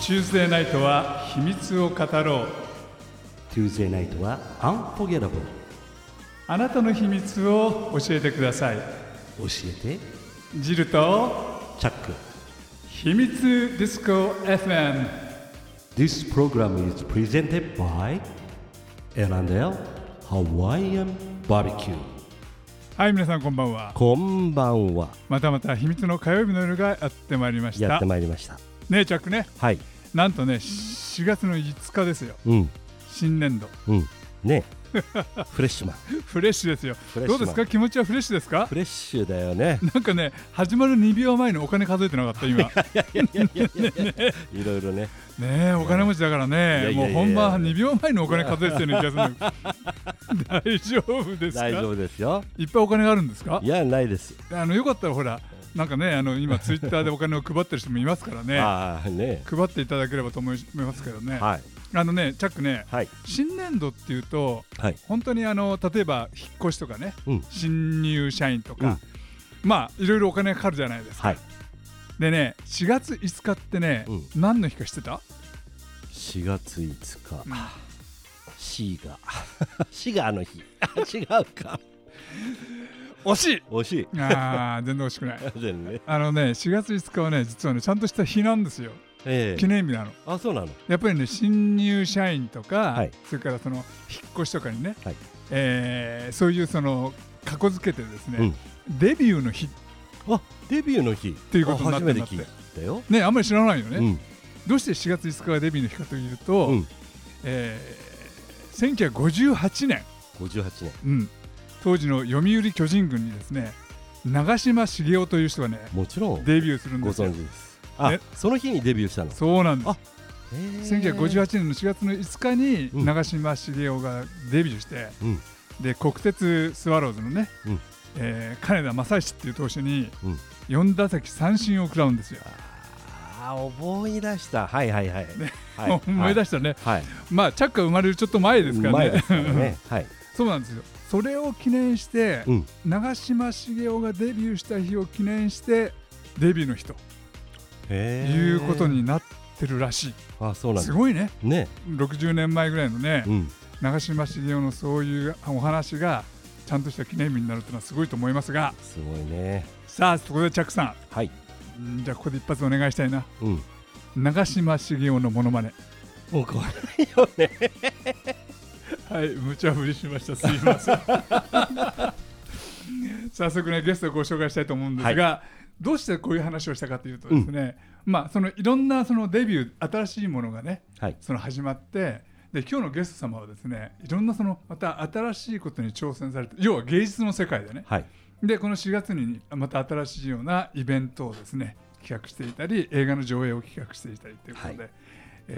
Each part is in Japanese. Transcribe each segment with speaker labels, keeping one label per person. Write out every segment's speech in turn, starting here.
Speaker 1: チューズデーナイトは秘密を語ろう
Speaker 2: Tuesday night は Unforgettable
Speaker 1: あなたの秘密を教えてください
Speaker 2: 教えて
Speaker 1: ジルと
Speaker 2: チャック
Speaker 1: 秘密ディスコ FM
Speaker 2: This program is presented by L&L Hawaiian Barbecue
Speaker 1: はい皆さんこんばんは
Speaker 2: こんばんは
Speaker 1: またまた秘密の火曜日の夜がやってまいりまし
Speaker 2: やったてまいりました
Speaker 1: ねえチャックね
Speaker 2: はい
Speaker 1: なんとね4月の5日ですよ
Speaker 2: うん
Speaker 1: 新年度
Speaker 2: うん ねフレッシュマン
Speaker 1: フレッシュですよ
Speaker 2: レッシュ
Speaker 1: ど
Speaker 2: マ
Speaker 1: う
Speaker 2: ン
Speaker 1: ですか気持ちはフレッシュですか
Speaker 2: フレッシュだよね
Speaker 1: なんかね始まる2秒前のお金数えてなかった今ね
Speaker 2: いろいろね
Speaker 1: えお金持ちだから
Speaker 2: い
Speaker 1: ね
Speaker 2: やいやいやいや
Speaker 1: もう本番2秒前のお金数えてるような気がするんだけど大丈夫ですか
Speaker 2: 大丈夫ですよ
Speaker 1: いっぱいお金があるんですか
Speaker 2: いやないです
Speaker 1: あのよかったらほらなんかねあの 今ツイッターでお金を配ってる人もいますからね
Speaker 2: ああね
Speaker 1: 配っていただければと思いますけどね、
Speaker 2: はい
Speaker 1: あのねチャックね
Speaker 2: はい
Speaker 1: 新年度っていうと
Speaker 2: はい
Speaker 1: 本当にあの例えば引っ越しとかね
Speaker 2: うん
Speaker 1: 新入社員とか、まあいろいろお金がかかるじゃないですか、
Speaker 2: はい
Speaker 1: でね4月5日ってね、
Speaker 2: うん
Speaker 1: 何の日か知ってた、
Speaker 2: 4月5日 C が C があ の日違うか
Speaker 1: 惜し
Speaker 2: 惜しい
Speaker 1: いあー全然惜しくない
Speaker 2: 全然ね
Speaker 1: あのね4月5日はね実はねちゃんとした日なんですよ
Speaker 2: え
Speaker 1: 記
Speaker 2: え
Speaker 1: 念日なの
Speaker 2: あそうなの
Speaker 1: やっぱりね新入社員とか、
Speaker 2: はい
Speaker 1: それからその引っ越しとかにね、
Speaker 2: はい
Speaker 1: えーそういうそのかこづけてですね、
Speaker 2: うん
Speaker 1: デビューの日
Speaker 2: あデビューの日って
Speaker 1: いうことになって
Speaker 2: 初
Speaker 1: んだ
Speaker 2: め
Speaker 1: って
Speaker 2: て聞いたよ
Speaker 1: ねあんまり知らないよね、
Speaker 2: うん
Speaker 1: どうして4月5日がデビューの日かというと、
Speaker 2: うん
Speaker 1: えー1958年、
Speaker 2: 58年
Speaker 1: うん当時の読売巨人軍にですね長嶋茂雄という人がね
Speaker 2: もちろん
Speaker 1: デビューするん
Speaker 2: ご
Speaker 1: ですよ
Speaker 2: 存知ですあ
Speaker 1: え
Speaker 2: その日にデビューしたの
Speaker 1: そうなんです
Speaker 2: あへえ
Speaker 1: 1958年の4月の5日
Speaker 2: う
Speaker 1: に
Speaker 2: ん
Speaker 1: 長嶋茂雄がデビューして、
Speaker 2: うん
Speaker 1: で国鉄スワローズのね、
Speaker 2: うん
Speaker 1: えー金田正一っていう投手に
Speaker 2: うん
Speaker 1: 4打席三振を食らうんですよ。
Speaker 2: あー思い出したはいはいはいは
Speaker 1: 思い出
Speaker 2: し
Speaker 1: したね、
Speaker 2: たはい
Speaker 1: まあチャックが生まれるちょっと前ですから
Speaker 2: 前
Speaker 1: ね
Speaker 2: で。すか らねはい
Speaker 1: そうなんですよそれを記念して、
Speaker 2: うん
Speaker 1: 長嶋茂雄がデビューした日を記念してデビューの日と
Speaker 2: へえ
Speaker 1: いうことになってるらしい、
Speaker 2: あそうなん
Speaker 1: す
Speaker 2: だ
Speaker 1: ごいね
Speaker 2: ね
Speaker 1: 60年前ぐらいのね、
Speaker 2: うん
Speaker 1: 長嶋茂雄のそういうお話がちゃんとした記念日になるというのはすごいと思いますが
Speaker 2: すごいね
Speaker 1: さあそこで着さ
Speaker 2: はい
Speaker 1: んうんじゃあここで一発お願いしたいな
Speaker 2: うん
Speaker 1: 長嶋茂雄のモノマネ
Speaker 2: もうこれよね
Speaker 1: はい無茶ぶりしましたすいません 早速ねゲストをご紹介したいと思うんですが、どうしてこういう話をしたかというとですね、まあそのいろんなそのデビュー新しいものがね
Speaker 2: はい
Speaker 1: その始まってで今日のゲスト様はですねいろんなそのまた新しいことに挑戦されて要は芸術の世界でね
Speaker 2: はい
Speaker 1: でこの4月にまた新しいようなイベントをですね企画していたり映画の上映を企画していたりということで、え
Speaker 2: は
Speaker 1: ー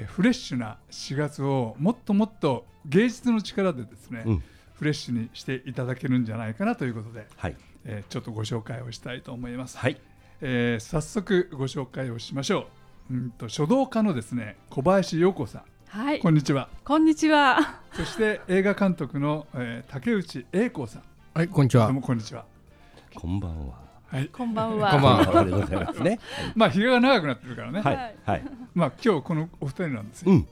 Speaker 1: フレッシュな4月をもっともっと芸術の力でですね、
Speaker 2: うん
Speaker 1: フレッシュにしていただけるんじゃないかなということで、
Speaker 2: はい
Speaker 1: えーちょっとご紹介をしたいと思います、
Speaker 2: はい
Speaker 1: えー早速ご紹介をしましょううんと書道家のですね小林陽子さん
Speaker 3: はい
Speaker 1: こ、んにちは
Speaker 3: こんにちは。
Speaker 1: そして映画監督の、えー竹内栄子さん
Speaker 4: はい、こんにちは。
Speaker 1: どう
Speaker 4: こん
Speaker 1: もこんにちは、
Speaker 2: こんばんは
Speaker 1: はい、
Speaker 3: こんばんは。
Speaker 4: ばんは。
Speaker 2: こんばんはでございますね
Speaker 1: まあ日が長くなってるからね、
Speaker 2: はい
Speaker 3: はい
Speaker 2: はい
Speaker 1: まあ今日このお二人なんですよ。
Speaker 2: うん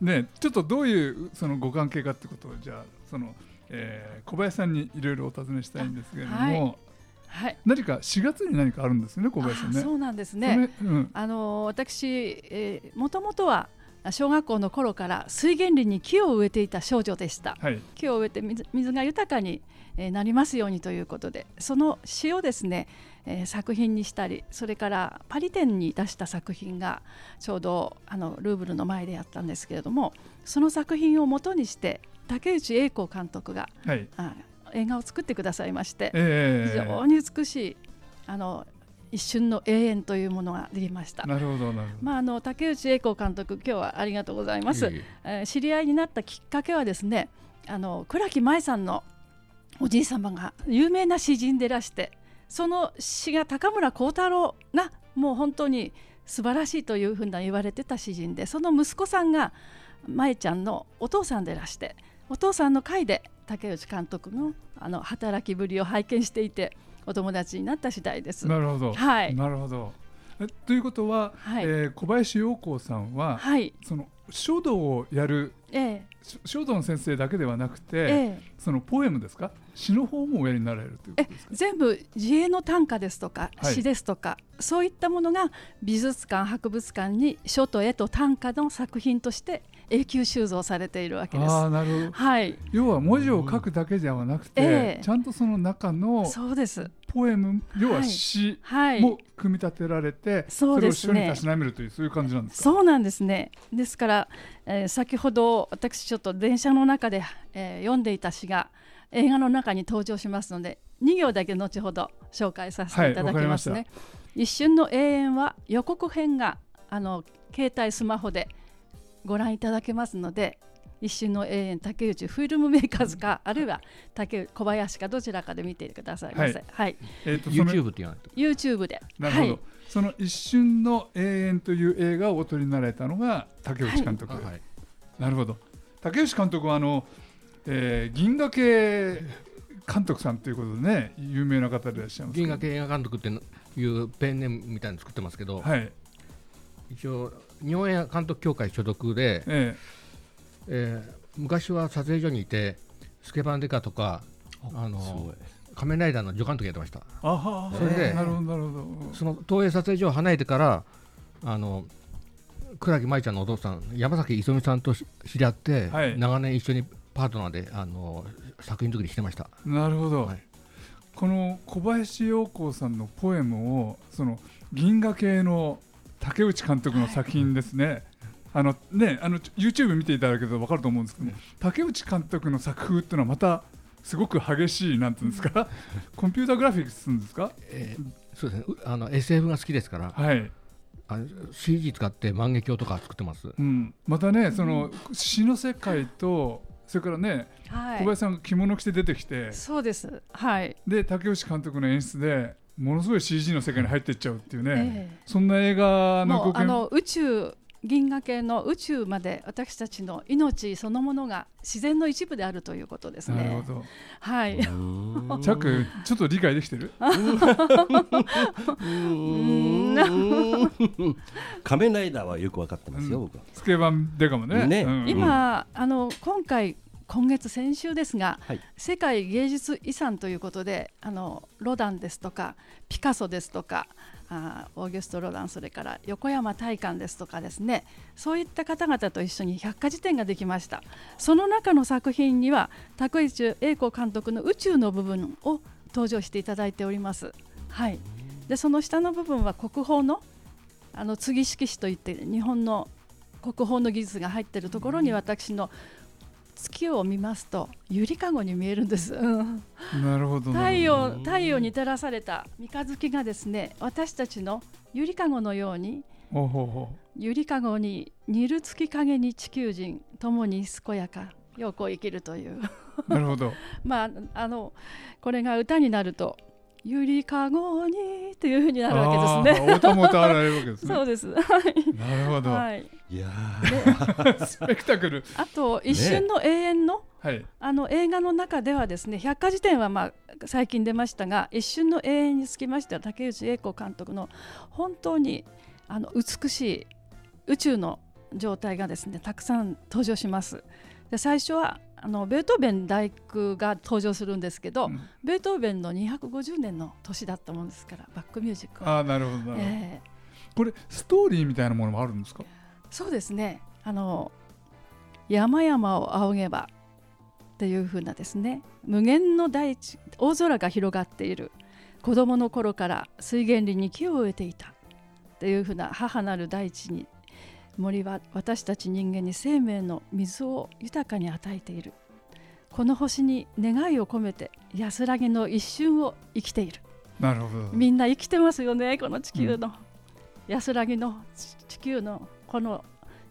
Speaker 1: ねちょっとどういうそのご関係かってことをじゃあその、えー小林さんにいろいろお尋ねしたいんですけれども、
Speaker 3: あはいはい。
Speaker 1: 何か4月に何かあるんですよね小林さん
Speaker 3: あ
Speaker 1: ね。
Speaker 3: そうなんですね。
Speaker 1: それうん
Speaker 3: あの私、えー、もともとは小学校の頃から水源林に木を植えていた少女でした。
Speaker 1: はい。
Speaker 3: 木を植えて水水が豊かにえーなりますようにということで、その詩をですね、えー作品にしたり、それからパリ展に出した作品がちょうどあのルーブルの前でやったんですけれども、その作品を元にして竹内栄子監督が
Speaker 1: はい。
Speaker 3: あ映画を作ってくださいまして、非
Speaker 1: え
Speaker 3: 常
Speaker 1: ー、
Speaker 3: に美しいあの一瞬の永遠というものができました。
Speaker 1: なるほどなるほど。
Speaker 3: まあ、あの竹内栄子監督、今日はありがとうございます、
Speaker 4: いえい
Speaker 3: えー知り合いになったきっかけはですねあの倉木舞さんのおじい様が有名な詩人でいらしてその詩が高村光太郎がもう本当に素晴らしいというふうな言われてた詩人でその息子さんが舞ちゃんのお父さんでいらしてお父さんの会で竹内監督のあの働きぶりを拝見していてお友達になった次第です。
Speaker 1: なるほど。
Speaker 3: はい
Speaker 1: なるほど。えということは、
Speaker 3: はい
Speaker 1: えー小林陽子さんは、
Speaker 3: はい
Speaker 1: その書道をやる
Speaker 3: ええ
Speaker 1: し書道の先生だけではなくて、
Speaker 3: ええ
Speaker 1: そのポエムですか詩の方もおやりになられるということですか
Speaker 3: 全部自営の短歌ですとか
Speaker 1: はい
Speaker 3: 詩ですとか、そういったものが美術館博物館に書と絵と短歌の作品として永久収蔵されているわけです
Speaker 1: あ。あなるほど
Speaker 3: はい、
Speaker 1: 要は文字を書くだけではなくて、
Speaker 3: ええ
Speaker 1: ちゃんとその中の
Speaker 3: そうです。
Speaker 1: ポエム要は詩
Speaker 3: はい、
Speaker 1: も組み立てられて、
Speaker 3: そ
Speaker 1: そうれを
Speaker 3: です
Speaker 1: 書
Speaker 3: ね
Speaker 1: にたしなめるというそういう感じなんですか
Speaker 3: そうなんですね。ですから、えー先ほど私ちょっと電車の中で、えー読んでいた詩が映画の中に登場しますので、2行だけ後ほど紹介させていただきますね。
Speaker 1: はいわ
Speaker 3: 一瞬の永遠は予告編があの携帯スマホでご覧いただけますので。一瞬の永遠竹内フィルムメーカーズかあるいは竹内小林かどちらかで見てくださいませ、
Speaker 1: は
Speaker 3: はいい
Speaker 1: えーとその
Speaker 4: YouTube って言わないと
Speaker 3: YouTube で
Speaker 1: なるほど、
Speaker 3: はい、
Speaker 1: その「一瞬の永遠」という映画をお撮りになられたのが竹内監督、
Speaker 4: はい
Speaker 1: なるほど竹内監督はあの、えー銀河系監督さんということでね有名な方でいらっしゃいますけ
Speaker 4: 銀
Speaker 1: ど
Speaker 4: 河系映画監督っていうペンネームみたいなの作ってますけど、
Speaker 1: はい
Speaker 4: 一応日本映画監督協会所属で、
Speaker 1: え
Speaker 4: えー昔は撮影所にいてスケバンデカとかあ
Speaker 2: す
Speaker 4: の
Speaker 2: ごい、
Speaker 4: 仮面ライダーの助監督やってました
Speaker 1: ー、あはー
Speaker 4: それで
Speaker 1: なるほどなるほど
Speaker 4: その東映撮影所を離れてからあの倉木舞ちゃんのお父さん山崎磯美さんと知り合って、
Speaker 1: はい
Speaker 4: 長年一緒にパートナーであの作品作りしてました
Speaker 1: なるほど、
Speaker 4: はい
Speaker 1: この小林陽子さんのポエムをその銀河系の竹内監督の作品ですね、あのねあの YouTube 見ていただけると分かると思うんですけども、竹内監督の作風っていうのはまたすごく激しいなんていうんですか コンピューターグラフィックスんですか
Speaker 4: えーそうですねうあの SF が好きですから
Speaker 1: はい、
Speaker 4: あの CG 使って万華鏡とか作ってます
Speaker 1: うん、またねその詩の世界とそれからね小
Speaker 3: はい
Speaker 1: 林さんが着物着て出てきて、
Speaker 3: そうですはい、
Speaker 1: で竹内監督の演出でものすごい CG の世界に入っていっちゃうっていうね、
Speaker 3: ええ
Speaker 1: そんな映画の
Speaker 3: もう
Speaker 1: ご
Speaker 3: あ
Speaker 1: 見
Speaker 3: の宇宙銀河系の宇宙まで私たちの命そのものが自然の一部であるということです
Speaker 1: なる
Speaker 3: ね。
Speaker 1: ほ
Speaker 3: はいう
Speaker 2: ーん
Speaker 1: ど。チャック、ちょっと理解できてる。
Speaker 2: うーん仮面ライダーはよく分かってますよ、
Speaker 1: うん
Speaker 2: 僕は。
Speaker 1: スケバンデカもね。
Speaker 2: ね
Speaker 1: うん
Speaker 3: 今あの今回今月先週ですが、
Speaker 2: はい
Speaker 3: 世界芸術遺産ということであのロダンですとかピカソですとかあーオーギュスト・ロダンそれから横山大観ですとかですねそういった方々と一緒に百科事典ができましたその中の作品には竹内栄子監督の宇宙の部分を登場していただいております。はい、でその下の部分は国宝のあの継ぎ式紙といって日本の国宝の技術が入っているところに私の月を見ますとゆりかごに見えるんです、うん
Speaker 1: なるほど。
Speaker 3: 太
Speaker 1: なる
Speaker 3: 陽太陽に照らされた三日月がですね私たちのゆりかごのように
Speaker 1: ほど。ほうほうほ
Speaker 3: ゆりかごに似る月影に地球人ともに健やかよく生きるという
Speaker 1: う。なるほど。
Speaker 3: まああのこれが歌になると「ゆりかごに」というふうになるわけですね。
Speaker 1: ね。おたもたられるわけです
Speaker 3: そ
Speaker 1: ね
Speaker 3: う。です、はい
Speaker 1: なるほど。
Speaker 3: はい、
Speaker 2: いや
Speaker 1: スペクタクル。
Speaker 3: あと一瞬の永遠の、
Speaker 1: はい。
Speaker 3: あの映画の中ではですね百科事典はまあ最近出ましたが一瞬の永遠につきましては竹内栄子監督の本当にあの美しい宇宙の状態がですねたくさん登場します。で最初はあのベートーベン大工が登場するんですけど、
Speaker 1: うん
Speaker 3: ベートーベンの250年の年だったものですからバックミュージックは、
Speaker 1: ああ、なるほど。なるほど
Speaker 3: ええ
Speaker 1: これ、ストーリーみたいなものもあるんですか。
Speaker 3: そうですねあの山々を仰げばっていう風なですね無限の大地大空が広がっている子供の頃から水源林に木を植えていたっていう風な母なる大地に森は私たち人間に生命の水を豊かに与えているこの星に願いを込めて安らぎの一瞬を生きている
Speaker 1: なるほど。
Speaker 3: みんな生きてますよねこの地球の、安らぎの地地球のこの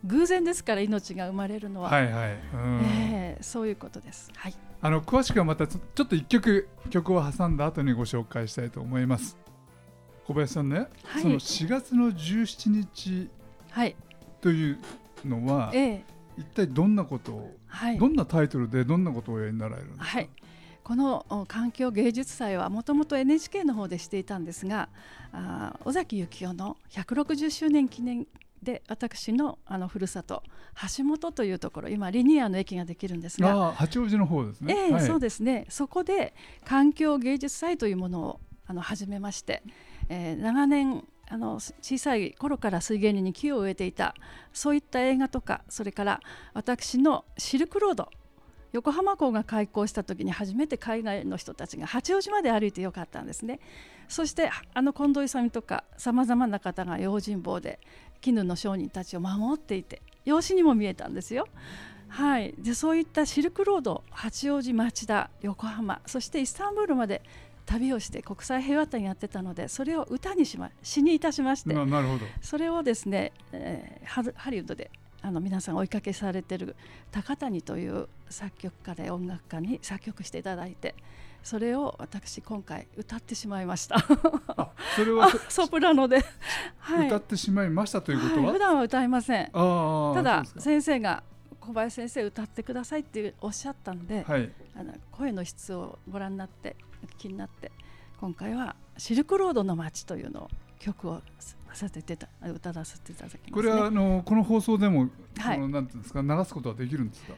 Speaker 3: 偶然ですから命が生まれるのは、
Speaker 1: はいはい。うん。
Speaker 3: ええそういうことです。はい、
Speaker 1: あの、詳しくはまた、ちょちょっと一曲、曲を挟んだ後にご紹介したいと思います。小林さんね。
Speaker 3: はい
Speaker 1: その4月の17日
Speaker 3: はい、
Speaker 1: というのは。
Speaker 3: ええ
Speaker 1: 一体どんなことを
Speaker 3: はい
Speaker 1: どんなタイトルでどんなことをおやりになられるんですか。
Speaker 3: はい、このお環境芸術祭はもともと NHK の方でしていたんですがあー尾崎幸雄の160周年記念で私のあのふるさと橋本というところ今リニアの駅ができるんですが
Speaker 1: ああ八王子の方ですね。
Speaker 3: ええ
Speaker 1: はい、
Speaker 3: そうですねそこで環境芸術祭というものをあの始めまして、えー長年あのす小さい頃から水源に木を植えていたそういった映画とかそれから私のシルクロード横浜港が開港した時に初めて海外の人たちが八王子まで歩いてよかったんですねそしてあの近藤勇とかさまざまな方が用心棒で絹の商人たちを守っていて養子にも見えたんですよはい、でそういったシルクロード八王子町田横浜そしてイスタンブールまで旅をして国際平和展やってたのでそれを歌にしま詩にいたしまして
Speaker 1: ななるほど。
Speaker 3: それをですね、えーハルハリウッドであの皆さん追いかけされてる高谷という作曲家で音楽家に作曲していただいてそれを私今回歌ってしまいました
Speaker 1: あそれは
Speaker 3: あソプラノで、はい、
Speaker 1: 歌ってしまいましたということは。
Speaker 3: はい普段は歌いません
Speaker 1: ああ
Speaker 3: ただ
Speaker 1: そうです
Speaker 3: 先生が小林先生歌ってくださいっておっしゃったんで、
Speaker 1: かはい。
Speaker 3: あの声の質をご覧になって気になって今回は「シルクロードの街」というのを曲をさせてた歌わせていただきます、ね、
Speaker 1: これはあのこの放送でも、
Speaker 3: はい
Speaker 1: そのなんていうんですか流すことはできるんですか。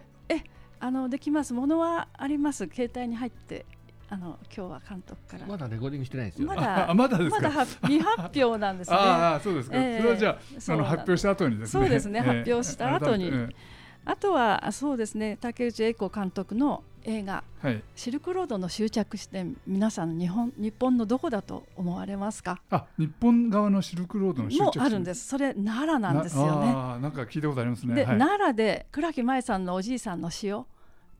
Speaker 3: あのできますものはあります携帯に入ってあの今日は監督から
Speaker 4: まだレコーディングしてないんですよ。
Speaker 3: ま
Speaker 1: あ
Speaker 3: だ
Speaker 1: まだですか。
Speaker 3: まだ発未発表なんですね
Speaker 1: ああそうですか。
Speaker 3: ええ
Speaker 1: それはじゃあ
Speaker 3: そ
Speaker 1: あ
Speaker 3: う
Speaker 1: の
Speaker 3: なん
Speaker 1: 発表した後にですね。
Speaker 3: そうですね
Speaker 1: ええ
Speaker 3: 発表した後に
Speaker 1: 改めて
Speaker 3: あとはあそうですね竹内栄子監督の映画
Speaker 1: ええはい。
Speaker 3: シルクロードの終着地点皆さん日本日本のどこだと思われますか
Speaker 1: あ日本側のシルクロードの終
Speaker 3: も
Speaker 1: 着
Speaker 3: あるんですすそれ奈良なんですよね
Speaker 1: ああなんか聞いたことありますね。
Speaker 3: で、
Speaker 1: はい、
Speaker 3: 奈良で倉木麻衣さんのおじいさんの詩を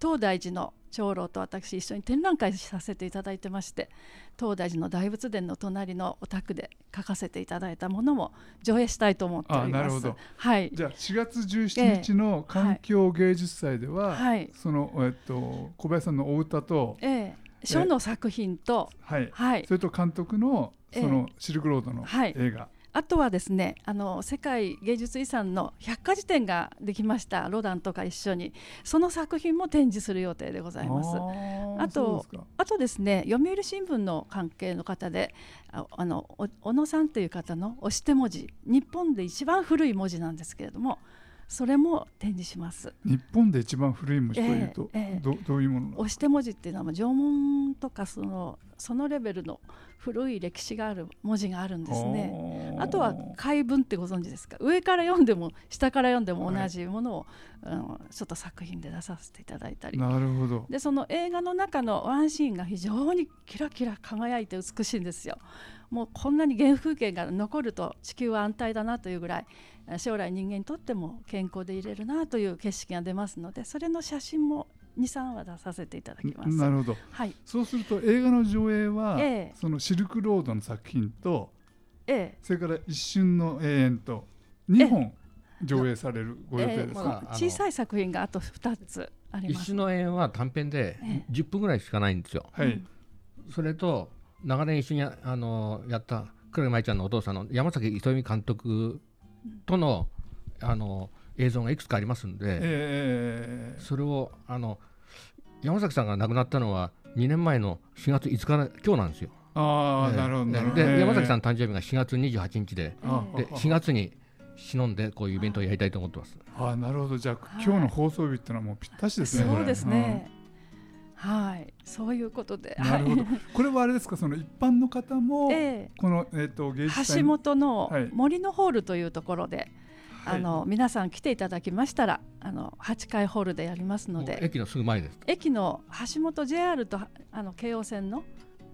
Speaker 3: 東大寺の長老と私一緒に展覧会させていただいてまして東大寺の大仏殿の隣のお宅で書かせていただいたものも上映したいと思っております。
Speaker 1: あなるほど
Speaker 3: はい
Speaker 1: じゃあ4月17日の環境芸術祭では、
Speaker 3: はい
Speaker 1: そのえっと小林さんのお歌と、
Speaker 3: ええ、書の作品と、
Speaker 1: はい、
Speaker 3: はい
Speaker 1: そ、れと監督の
Speaker 3: ええ
Speaker 1: そのシルクロードの
Speaker 3: はい
Speaker 1: 映画、
Speaker 3: あとはですねあの世界芸術遺産の百科事典ができましたロダンとか一緒にその作品も展示する予定でございます。
Speaker 1: あ
Speaker 3: あ
Speaker 1: ーそう
Speaker 3: と
Speaker 1: ですか
Speaker 3: あとですね読売新聞の関係の方でああのお小野さんという方の押し手文字日本で一番古い文字なんですけれどもそれも展示します
Speaker 1: 日本で一番古い文字というと、
Speaker 3: ええええ
Speaker 1: どどういうものなの
Speaker 3: 押し手文字っていうのはもう縄文とかそのそのレベルの古い歴史がある文字があるんですねあとは解文ってご存知ですか上から読んでも下から読んでも同じものを、あのちょっと作品で出させていただいたり
Speaker 1: なるほど
Speaker 3: でその映画の中のワンシーンが非常にキラキラ輝いて美しいんですよ。もうこんなに原風景が残ると地球は安泰だなというぐらいえー将来人間にとっても健康でいれるなという景色が出ますのでそれの写真も23話出させていただきます。
Speaker 1: なるほど
Speaker 3: はい、
Speaker 1: そうすると映画の上映は、
Speaker 3: ええ
Speaker 1: そのシルクロードの作品と
Speaker 3: え
Speaker 1: それから一瞬の永遠と2本上映される
Speaker 3: え
Speaker 1: ご予定
Speaker 3: ええ
Speaker 1: です
Speaker 4: ま
Speaker 1: か、
Speaker 4: だ
Speaker 3: こ
Speaker 4: あの
Speaker 3: 小さい作品があと2つあり
Speaker 4: 一
Speaker 3: ます
Speaker 4: 種。の縁は短編で
Speaker 3: え
Speaker 4: 10分ぐらいしかないんですよ。
Speaker 1: はい、
Speaker 4: それと長年一緒にああのやった黒木舞ちゃんのお父さんの山崎磯美監督とのあの映像がいくつかありますんで、
Speaker 1: ええ
Speaker 4: それをあの山崎さんが亡くなったのは2年前の4月5日の今日なんですよ。
Speaker 1: ああ、
Speaker 4: ええ
Speaker 1: なるほどなるほど、
Speaker 4: で、
Speaker 1: ええ
Speaker 4: 山崎さんの誕生日が4月28日で
Speaker 1: あ
Speaker 4: で
Speaker 1: あ
Speaker 4: 4月に忍んでこういうイベントをやりたいと思ってます。
Speaker 1: ああなるほどじゃあ、
Speaker 3: はい
Speaker 1: 今日の放送日ってのはもうぴったしですねこ
Speaker 3: そ
Speaker 1: れ
Speaker 3: うですね、はい、そういうことで、
Speaker 1: うんなるほど、
Speaker 3: はい
Speaker 1: これはあれですかその一般の方も、
Speaker 3: ええ
Speaker 1: この、えっと芸術祭
Speaker 3: 橋本の
Speaker 1: はい
Speaker 3: 森のホールというところで、
Speaker 1: はい
Speaker 3: あの皆さん来ていただきましたらあの8階ホールでやりますの
Speaker 4: もう
Speaker 3: で
Speaker 4: 駅のすぐ前です。
Speaker 3: 駅の橋本 JR とあの京王線の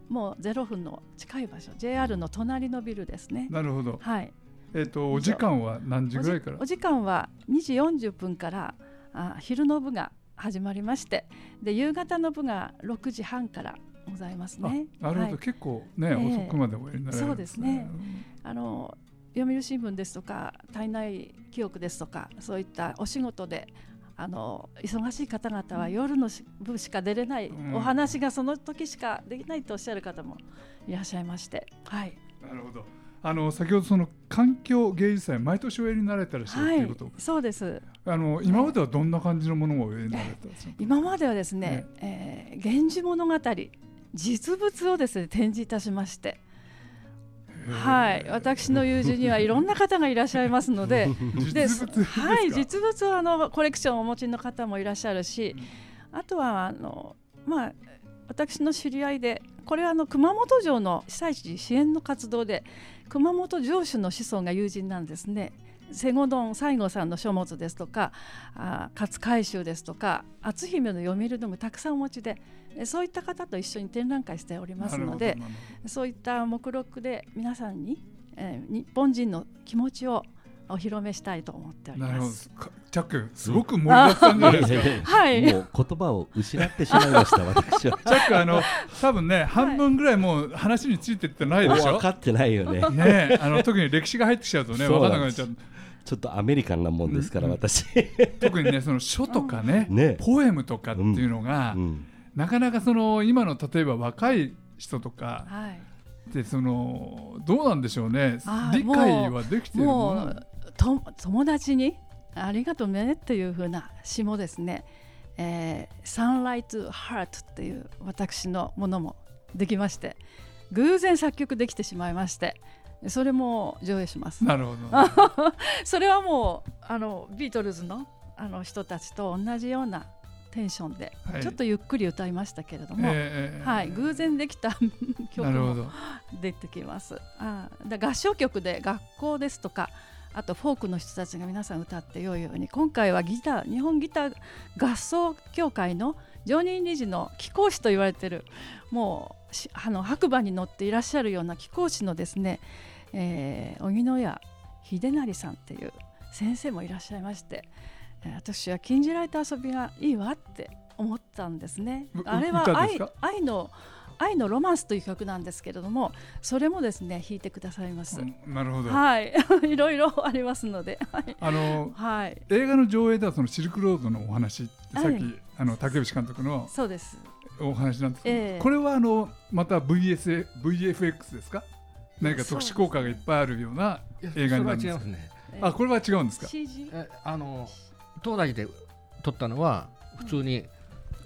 Speaker 3: もう0分の近い場所 JR の隣のビルですね。
Speaker 1: なるほど
Speaker 3: はい、
Speaker 1: えっ、とお時間は何時
Speaker 3: お
Speaker 1: ぐ
Speaker 3: じ
Speaker 1: らいから
Speaker 3: お時間は2時40分からあ昼の部が始まりましてで夕方の部が6時半からございますね。
Speaker 1: あなるほど、
Speaker 3: はい
Speaker 1: 結構ね、
Speaker 3: ええ
Speaker 1: 遅くまでおやりになられるん
Speaker 3: そうあの読売新聞ですとか体内記憶ですとかそういったお仕事であの忙しい方々は夜のし部しか出れない、
Speaker 1: うん
Speaker 3: お話がその時しかできないとおっしゃる方もいらっしゃいまして、はい、
Speaker 1: なるほど。あの先ほどその環境芸術祭毎年おやりになられたらしゃると
Speaker 3: は
Speaker 1: いう
Speaker 3: い
Speaker 1: こと、
Speaker 3: そうです
Speaker 1: あの今まではどんな感じのものをおやりになられたんですか
Speaker 3: 今まではですね「えー源氏物語」実物をですね展示いたしまして、はい、私の友人にはいろんな方がいらっしゃいます ので
Speaker 1: 実物ですか
Speaker 3: はい、実物をあのコレクションをお持ちの方もいらっしゃるし、あとはあの、まあ、私の知り合いでこれはあの熊本城の被災地支援の活動で熊本城主の子孫が友人なんですね。セゴドン西郷さんの書物ですとかあー勝海舟ですとか篤姫の読売のもたくさんお持ちでえそういった方と一緒に展覧会しておりますので
Speaker 1: なるほどなる
Speaker 3: そういった目録で皆さんに、えー日本人の気持ちをお披露目したいと思っており
Speaker 1: ほどなる
Speaker 3: ま
Speaker 1: ほど
Speaker 3: す。
Speaker 1: かチャックすごく盛りだくさんじゃ ないですか
Speaker 3: はい
Speaker 2: もう言葉を失ってしまいました、私は。
Speaker 1: チャックあの多分ね半分ぐらいもう話についてってないでし
Speaker 2: 分
Speaker 1: ょ
Speaker 2: かってないよね。
Speaker 1: ねえあの特に歴史が入ってきちゃうとね分
Speaker 2: そう
Speaker 1: かんなく
Speaker 2: なん
Speaker 1: な
Speaker 2: で
Speaker 1: っ
Speaker 2: す
Speaker 1: ちゃう
Speaker 2: ちょっとアメリカンなもんですから、
Speaker 1: うん
Speaker 2: 私。
Speaker 1: 特にねその書とかね
Speaker 2: ね
Speaker 1: ポエムとかっていうのが、
Speaker 2: うん
Speaker 1: なかなかその今の例えば若い人とか
Speaker 3: はい
Speaker 1: ってそのどうなんでしょうね
Speaker 3: あー
Speaker 1: 理解はできてるも
Speaker 3: も
Speaker 1: のなの
Speaker 3: うと友達に「ありがとうね」っていう風な詩もですね「えー、Sunlight to Heart」っていう私のものもできまして偶然作曲できてしまいましてそれも上映します。
Speaker 1: なるほど
Speaker 3: それはもうあのビートルズのあの人たちと同じようなテンションで、
Speaker 1: はい
Speaker 3: ちょっとゆっくり歌いましたけれども、
Speaker 1: ええ
Speaker 3: はい、偶然できた 曲
Speaker 1: なるほ
Speaker 3: も
Speaker 1: ど
Speaker 3: 出てきます。あーだ合唱曲で学校ですとかあとフォークの人たちが皆さん歌ってよいように今回はギター日本ギター合奏協会のジョニー・ニジの貴公子と言われてるもうしあの白馬に乗っていらっしゃるような貴公子のですね、えー、荻野屋秀成さんっていう先生もいらっしゃいましてえー私は禁じられた遊びがいいわって思ったんですね
Speaker 1: う。
Speaker 3: あれ
Speaker 1: 歌
Speaker 3: は
Speaker 1: です
Speaker 3: 愛
Speaker 1: か
Speaker 3: 愛の愛のロマンスという曲なんですけれどもそれもですね弾いてくださいます。
Speaker 1: うんなるほど
Speaker 3: はい いろいろありますのではい
Speaker 1: あの
Speaker 3: はい
Speaker 1: 映画の上映ではそのシルクロードのお話ってさっ
Speaker 3: は
Speaker 1: きあの竹内監督の
Speaker 3: そうです
Speaker 1: お話なんですけど、
Speaker 3: ええ
Speaker 1: これはあのまた VS VFX ですか何か特殊効果がいっぱいあるようない
Speaker 4: や
Speaker 1: 映画になるん
Speaker 4: そ
Speaker 1: です
Speaker 4: れは違いま
Speaker 1: か
Speaker 4: すね
Speaker 3: えー
Speaker 1: あこれは違うんですか
Speaker 3: CG
Speaker 4: えあの東大で撮ったのは普通に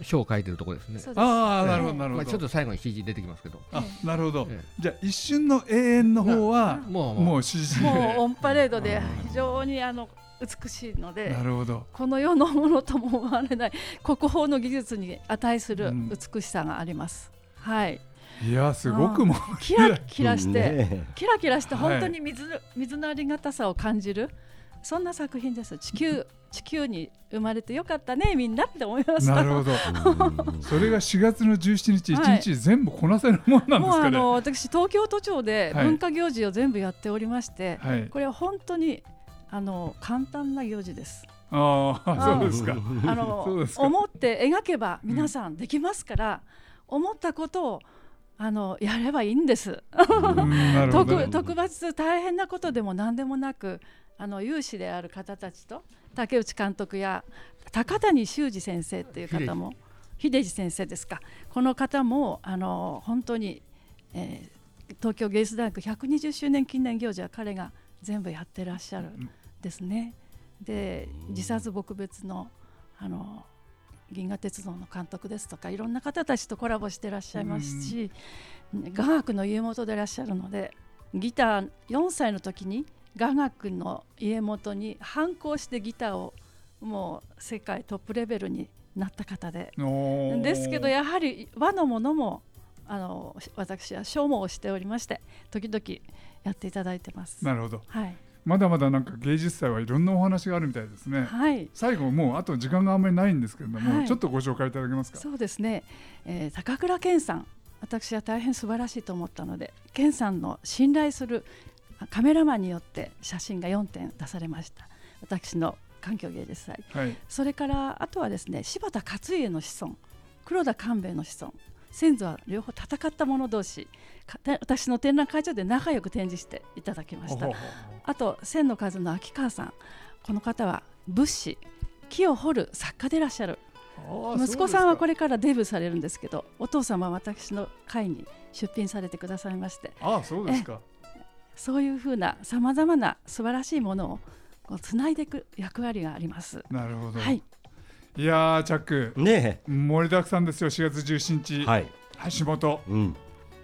Speaker 4: 書を書いてるところですね、
Speaker 3: そうです
Speaker 1: ああ
Speaker 4: ええ
Speaker 1: なるほどなる
Speaker 4: ま
Speaker 1: ほ
Speaker 4: あ、ちょっ
Speaker 1: ど
Speaker 4: と最後に CG 出てきますけど
Speaker 1: あなるほど
Speaker 4: え
Speaker 1: じゃあ一瞬の永遠の方は
Speaker 4: もうもう
Speaker 1: もう CG
Speaker 3: もうオ
Speaker 1: で
Speaker 3: ンパレードで
Speaker 4: うん
Speaker 3: 非常にあの美しいので
Speaker 1: なるほど
Speaker 3: この世のものとも思われない国宝の技術に値する
Speaker 1: うん
Speaker 3: 美しさがあります。 はい、
Speaker 1: いやすごくもう
Speaker 3: キラキラして、
Speaker 2: ね
Speaker 3: キラキラして
Speaker 1: はい
Speaker 3: 本当に水,、水のありがたさを感じるそんな作品です 地球地球に生まれてよかったねみんなって思いました
Speaker 1: なるほど
Speaker 2: うん
Speaker 1: それが4月の17日
Speaker 3: はい
Speaker 1: 1日全部こなせるもんなんで
Speaker 3: もう
Speaker 1: すか
Speaker 3: あ
Speaker 1: ね
Speaker 3: の私東京都庁で
Speaker 1: はい
Speaker 3: 文化行事を全部やっておりまして、
Speaker 1: はい
Speaker 3: これは本当にあの簡単な行 事です
Speaker 1: ああ
Speaker 3: あ
Speaker 1: そうですか
Speaker 3: あ
Speaker 1: そう
Speaker 3: の
Speaker 1: ですか
Speaker 3: 思って描けば皆さんできますから、思ったことをあのやればいいんです
Speaker 1: うんなるほど
Speaker 3: 特特別大変なことでも何でもなくあの有志である方たちと竹内監督や高谷修二先生っていう方も秀治先生ですかこの方もあの本当に、えー東京芸術大学120周年記念行事は彼が全部やってらっしゃるんですね。で自殺撲滅のあの銀河鉄道の監督ですとかいろんな方たちとコラボしてらっしゃいますし、雅楽の家元でいらっしゃるのでギター4歳の時に雅楽の家元に反抗してギターをもう世界トップレベルになった方で
Speaker 1: おー
Speaker 3: ですけどやはり和のものもあの私は消耗をしておりまして時々やっていただいてます。
Speaker 1: なるほど
Speaker 3: はい、
Speaker 1: まだまだなんか芸術祭はいろんなお話があるみたいですね。
Speaker 3: はい
Speaker 1: 最後もうあと時間があんまりないんですけれども、
Speaker 3: はい
Speaker 1: ちょっとご紹介いただけますか。
Speaker 3: そうですね、えー高倉健さん私は大変素晴らしいと思ったので健さんの信頼するあカメラマンによって写真が4点出されました私の環境芸術祭
Speaker 1: はい。
Speaker 3: それからあとはですね柴田勝家の子孫黒田官兵衛の子孫先祖は両方戦った者同士かた私の展覧会場で仲良く展示していただきました
Speaker 1: ほうほうほ
Speaker 3: あと千の数の秋川さんこの方は物資木を掘る作家でいらっしゃる
Speaker 1: うあー
Speaker 3: 息子さんはこ
Speaker 1: そうで
Speaker 3: れからデビューされるんですけどお父様は私の会に出品されてくださいまして
Speaker 1: すか。ああそうですか。
Speaker 3: そういうふうなさまざまな素晴らしいものをこうつないでいく役割があります。
Speaker 1: なるほど、
Speaker 3: はい、
Speaker 1: いやーチャック
Speaker 2: ね
Speaker 1: 盛りだくさんですよ4月17
Speaker 2: え
Speaker 1: 日、
Speaker 2: はい
Speaker 1: 橋本
Speaker 2: うん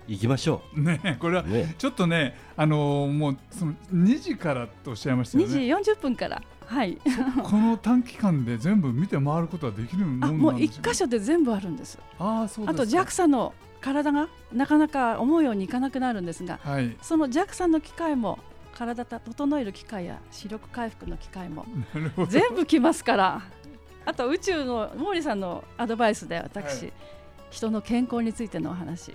Speaker 2: 行きましょ
Speaker 1: ねえこれは
Speaker 2: うね
Speaker 1: ちょっとねあのーもうその2時からとおっしゃいましたよ
Speaker 3: 2時
Speaker 1: ね
Speaker 3: 40分から、はい、
Speaker 1: この短期間で全部見て回ることはできるもん
Speaker 3: あ
Speaker 1: なん
Speaker 3: もう
Speaker 1: でしょ
Speaker 3: 1箇所で全部あるんです。
Speaker 1: ああそうで
Speaker 3: あ
Speaker 1: すか
Speaker 3: と JAXA の体がなかなか思うようにいかなくなるんですが
Speaker 1: はい
Speaker 3: その JAXA の機械も体た整える機械や視力回復の機械も
Speaker 1: なるほ ど
Speaker 3: 全部来ますからあと宇宙の毛利さんのアドバイスで私、
Speaker 1: は
Speaker 3: 人の健康についてのお話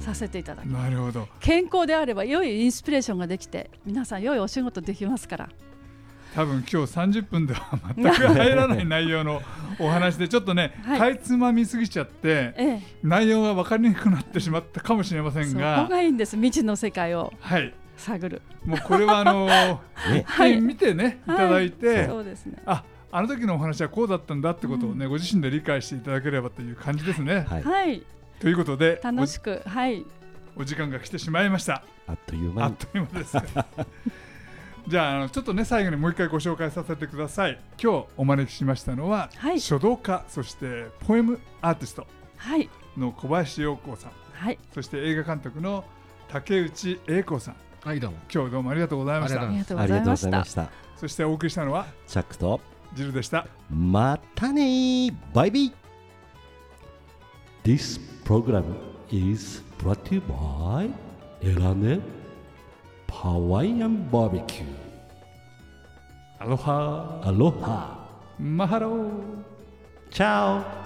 Speaker 3: させていただき
Speaker 1: なるほど
Speaker 3: 健康であれば良いインスピレーションができて皆さん良いお仕事できますから
Speaker 1: 多分今日30分では全く入らない内容のお話でちょっとね、
Speaker 3: はい
Speaker 1: かいつまみすぎちゃって
Speaker 3: え
Speaker 1: 内容が分かりにくくなってしまったかもしれませ
Speaker 3: え、そ
Speaker 1: ん
Speaker 3: こ
Speaker 1: が
Speaker 3: がいいんです未知の世界を
Speaker 1: はい
Speaker 3: 探る
Speaker 1: もうこれはあのー
Speaker 2: ね
Speaker 1: 一回見てね、
Speaker 3: はい
Speaker 1: い、ただいて、
Speaker 3: そうですね
Speaker 1: ああの時のお話はこうだったんだってことをね、ご自身で理解していただければという感じですね。
Speaker 2: はい
Speaker 3: はい
Speaker 1: ということで
Speaker 3: 楽しくはい
Speaker 1: おお時間が来てしまいました。
Speaker 2: あっという
Speaker 1: あ
Speaker 2: 間
Speaker 1: っ
Speaker 2: に
Speaker 1: という間です。じゃああのちょっとね最後にもう一回ご紹介させてください。今日お招きしましたのは、
Speaker 3: はい
Speaker 1: 書道家そしてポエムアーティスト
Speaker 3: はい
Speaker 1: の小林陽子さん
Speaker 3: はい
Speaker 1: そして映画監督の竹内栄子さん
Speaker 4: はいどうも
Speaker 1: 今日どうもありがとうございまし
Speaker 4: ありがと
Speaker 1: た
Speaker 4: うございま
Speaker 3: ありがと
Speaker 2: あ
Speaker 3: うご
Speaker 2: りがと
Speaker 3: ざい
Speaker 2: うござ
Speaker 3: まし
Speaker 2: いま
Speaker 3: た
Speaker 2: した
Speaker 1: そしてお送りしたのは
Speaker 2: チャックと
Speaker 1: ジルでした
Speaker 2: またねーバイビー This program is brought to you by エラネハワイアンバーベキュ
Speaker 1: アロハ
Speaker 2: ーアロハ
Speaker 1: マハロー
Speaker 2: チャオ